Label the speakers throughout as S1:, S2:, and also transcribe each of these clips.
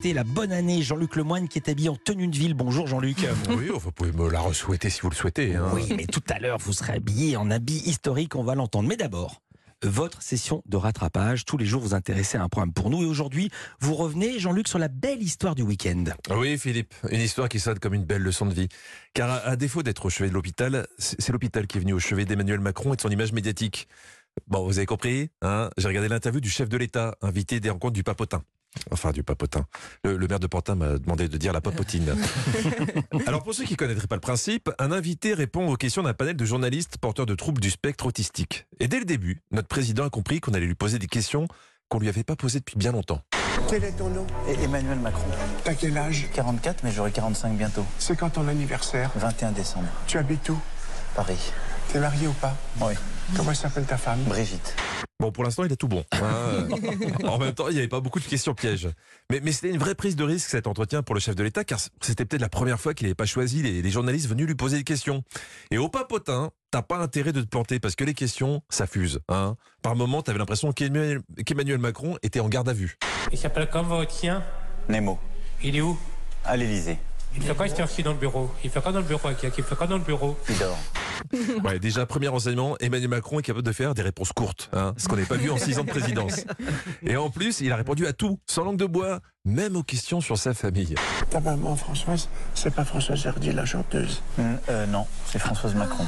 S1: souhaiter la bonne année Jean-Luc Lemoine qui est habillé en tenue de ville. Bonjour Jean-Luc.
S2: Ah Oui, enfin, vous pouvez me la re-souhaiter si vous le souhaitez. hein.
S1: Oui, mais tout à l'heure, vous serez habillé en habit historique, on va l'entendre. Mais d'abord, votre session de rattrapage. Tous les jours, vous intéressez à un programme pour nous. Et aujourd'hui, vous revenez, Jean-Luc, sur la belle histoire du week-end.
S2: Ah Oui, Philippe, une histoire qui sonne comme une belle leçon de vie. Car à, à défaut d'être au chevet de l'hôpital, c'est c'est l'hôpital qui est venu au chevet d'Emmanuel Macron et de son image médiatique. Bon, vous avez compris, hein j'ai regardé l'interview du chef de l'État, invité des rencontres du papotin. Enfin, du papotin. Le, le maire de Pantin m'a demandé de dire la papotine. Alors, pour ceux qui ne connaîtraient pas le principe, un invité répond aux questions d'un panel de journalistes porteurs de troubles du spectre autistique. Et dès le début, notre président a compris qu'on allait lui poser des questions qu'on lui avait pas posées depuis bien longtemps.
S3: Quel est ton nom
S4: Et Emmanuel Macron.
S3: T'as quel âge
S4: 44, mais j'aurai 45 bientôt.
S3: C'est quand ton anniversaire
S4: 21 décembre,
S3: Tu habites où
S4: Paris.
S3: T'es marié ou pas
S4: Oui,
S3: Comment s'appelle ta femme
S4: Brigitte.
S2: Bon, pour l'instant, il a tout bon. hein. en même temps, il n'y avait pas beaucoup de questions pièges. Mais, mais c'était une vraie prise de risque, cet entretien pour le chef de l'État, car c'était peut-être la première fois qu'il n'avait pas choisi les, les journalistes venus lui poser des questions. Et au papotin, t'as pas intérêt de te planter, parce que les questions, ça fuse. Hein. Par moment, t'avais l'impression qu'Emmanuel qu'Emmanuel Macron était en garde à vue.
S5: Il s'appelle comme votre chien
S4: Nemo,
S5: Il est où
S4: à l'Elysée.
S5: Il fait quoi Il aussi dans le bureau Il fait quoi dans le bureau Akiak Il fait quoi dans le bureau
S4: Il dort.
S2: Ouais, déjà, premier renseignement, Emmanuel Macron est capable de faire des réponses courtes, hein, ce qu'on n'avait pas vu en six ans de présidence. Et en plus, il a répondu à tout, sans langue de bois, même aux questions sur sa famille.
S3: Ta maman Françoise, c'est pas Françoise Hardy, la chanteuse.
S4: Mm, euh, non, c'est Françoise Macron.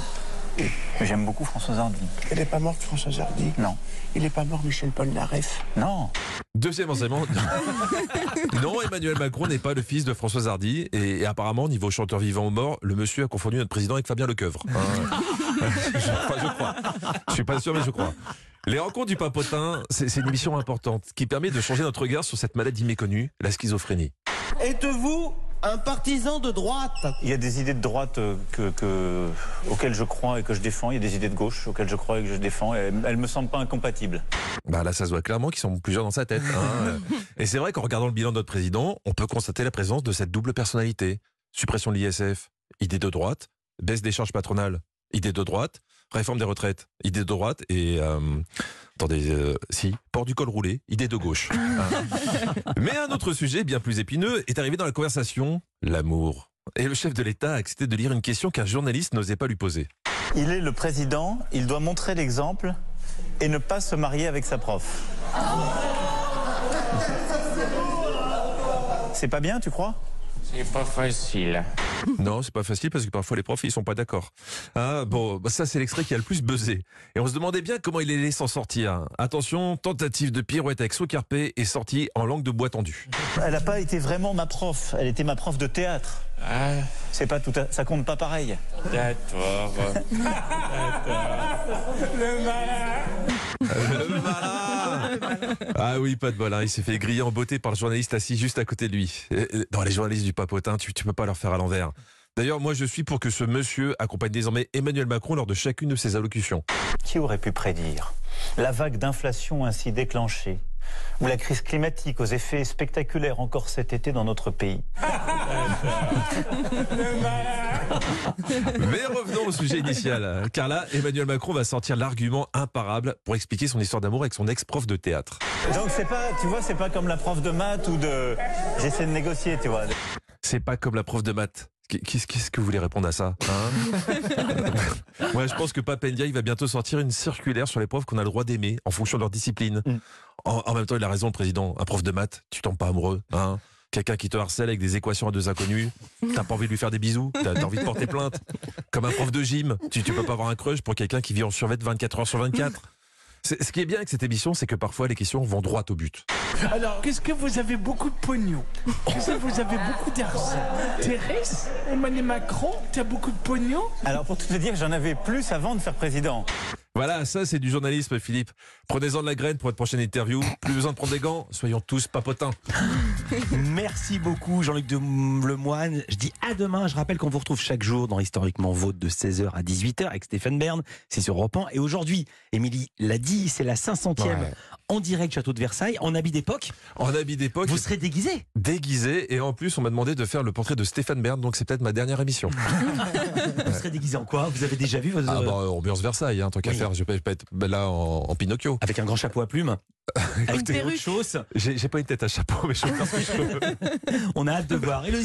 S4: Mais J'aime beaucoup Françoise Hardy.
S3: Elle est pas morte Françoise Hardy
S4: Non.
S3: Il est pas mort Michel Polnareff
S4: Non.
S2: Deuxième enseignement. non, Emmanuel Macron n'est pas le fils de François Hardy. Et, et apparemment, niveau chanteur vivant ou mort, le monsieur a confondu notre président avec Fabien Lecoeuvre. Hein. je, enfin, je crois. Je suis pas sûr, mais je crois. Les rencontres du papotin, c'est c'est une émission importante qui permet de changer notre regard sur cette maladie méconnue, la schizophrénie.
S6: Êtes-vous un partisan de droite
S4: Il y a des idées de droite euh, que, que- auxquelles je crois et que je défends. Il y a des idées de gauche auxquelles je crois et que je défends. Et elles elles me semblent pas incompatibles.
S2: Bah là, ça se voit clairement qu'ils sont plusieurs dans sa tête. hein. Et c'est vrai qu'en regardant le bilan de notre président, on peut constater la présence de cette double personnalité. Suppression de l'ISF, idée de droite, baisse des charges patronales, idée de droite, réforme des retraites, idée de droite, et... euh, attendez, euh, si, port du col roulé, idée de gauche. Hein. Mais un autre sujet bien plus épineux est arrivé dans la conversation, l'amour. Et le chef de l'État a accepté de lire une question qu'un journaliste n'osait pas lui poser.
S4: Il est le président, il doit montrer l'exemple et ne pas se marier avec sa prof. C'est pas bien, tu crois
S5: C'est pas facile.
S2: Non, c'est pas facile parce que parfois les profs ils sont pas d'accord. Ah bon, bah ça c'est l'extrait qui a le plus buzzé. Et on se demandait bien comment il allait s'en sortir. Attention, tentative de pirouette avec Socarpé est sortie en langue de bois tendu.
S4: Elle n'a pas été vraiment ma prof. Elle était ma prof de théâtre.
S5: Ah,
S4: C'est pas tout. à- Ça compte pas pareil.
S5: d'accord.
S2: Ah oui, pas de bol, hein, il s'est fait griller en beauté par le journaliste assis juste à côté de lui. Euh, euh, Non, les journalistes du papotin, tu, tu peux pas leur faire à l'envers. D'ailleurs, moi je suis pour que ce monsieur accompagne désormais Emmanuel Macron lors de chacune de ses allocutions.
S4: Qui aurait pu prédire la vague d'inflation ainsi déclenchée ou la crise climatique aux effets spectaculaires encore cet été dans notre pays
S2: Mais revenons au sujet initial, hein. car là, Emmanuel Macron va sortir l'argument imparable pour expliquer son histoire d'amour avec son ex-prof de théâtre.
S4: Donc c'est pas, tu vois, c'est pas comme la prof de maths ou de. J'essaie de négocier, tu vois.
S2: C'est pas comme la prof de maths. Qu- Qu'est-ce qu'est-ce que vous voulez répondre à ça hein Moi, je pense que Papendia, il va bientôt sortir une circulaire sur les profs qu'on a le droit d'aimer en fonction de leur discipline.
S4: Mm.
S2: En, en même temps, il a raison, le président. Un prof de maths, tu tombes pas amoureux. Hein Quelqu'un qui te harcèle avec des équations à deux inconnus, t'as pas envie de lui faire des bisous, t'as t'as envie de porter plainte. Comme un prof de gym, tu, tu peux pas avoir un crush pour quelqu'un qui vit en survêt 24 heures sur 24. C'est- Ce qui est bien avec cette émission, c'est que parfois les questions vont droit au but.
S7: Alors, qu'est-ce que vous avez beaucoup de pognon Qu'est-ce que vous avez beaucoup d'argent Thérèse, Emmanuel Macron, t'as beaucoup de pognon
S4: Alors pour tout te dire, j'en avais plus avant de faire président.
S2: Voilà, ça c'est du journalisme, Philippe. Prenez-en de la graine pour votre prochaine interview. Plus besoin de prendre des gants, soyons tous papotins.
S1: Merci beaucoup Jean-Luc de Lemoine. Je dis à demain. Je rappelle qu'on vous retrouve chaque jour dans Historiquement Vôtre de 16h à 18h avec Stéphane Bern. C'est sur Europe 1. Et aujourd'hui, Émilie l'a dit, c'est la 500e en direct Château de Versailles, en habit d'époque.
S2: En habit d'époque,
S1: Vous serez déguisé.
S2: déguisé. Et en plus, on m'a demandé de faire le portrait de Stéphane Bern, donc c'est peut-être ma dernière émission.
S1: Vous serez déguisé en quoi Vous euh, avez déjà vu votre-
S2: Ah bah, ambiance Versailles, hein, tant qu'à
S1: oui.
S2: faire. Je vais pas- je vais pas être là en, en Pinocchio.
S1: Avec un grand chapeau à plumes. Avec
S2: Écoutez,
S1: une perruche.
S2: J'ai j'ai pas une tête à chapeau, mais je vais faire ce que je peux.
S1: On a hâte de voir. Et le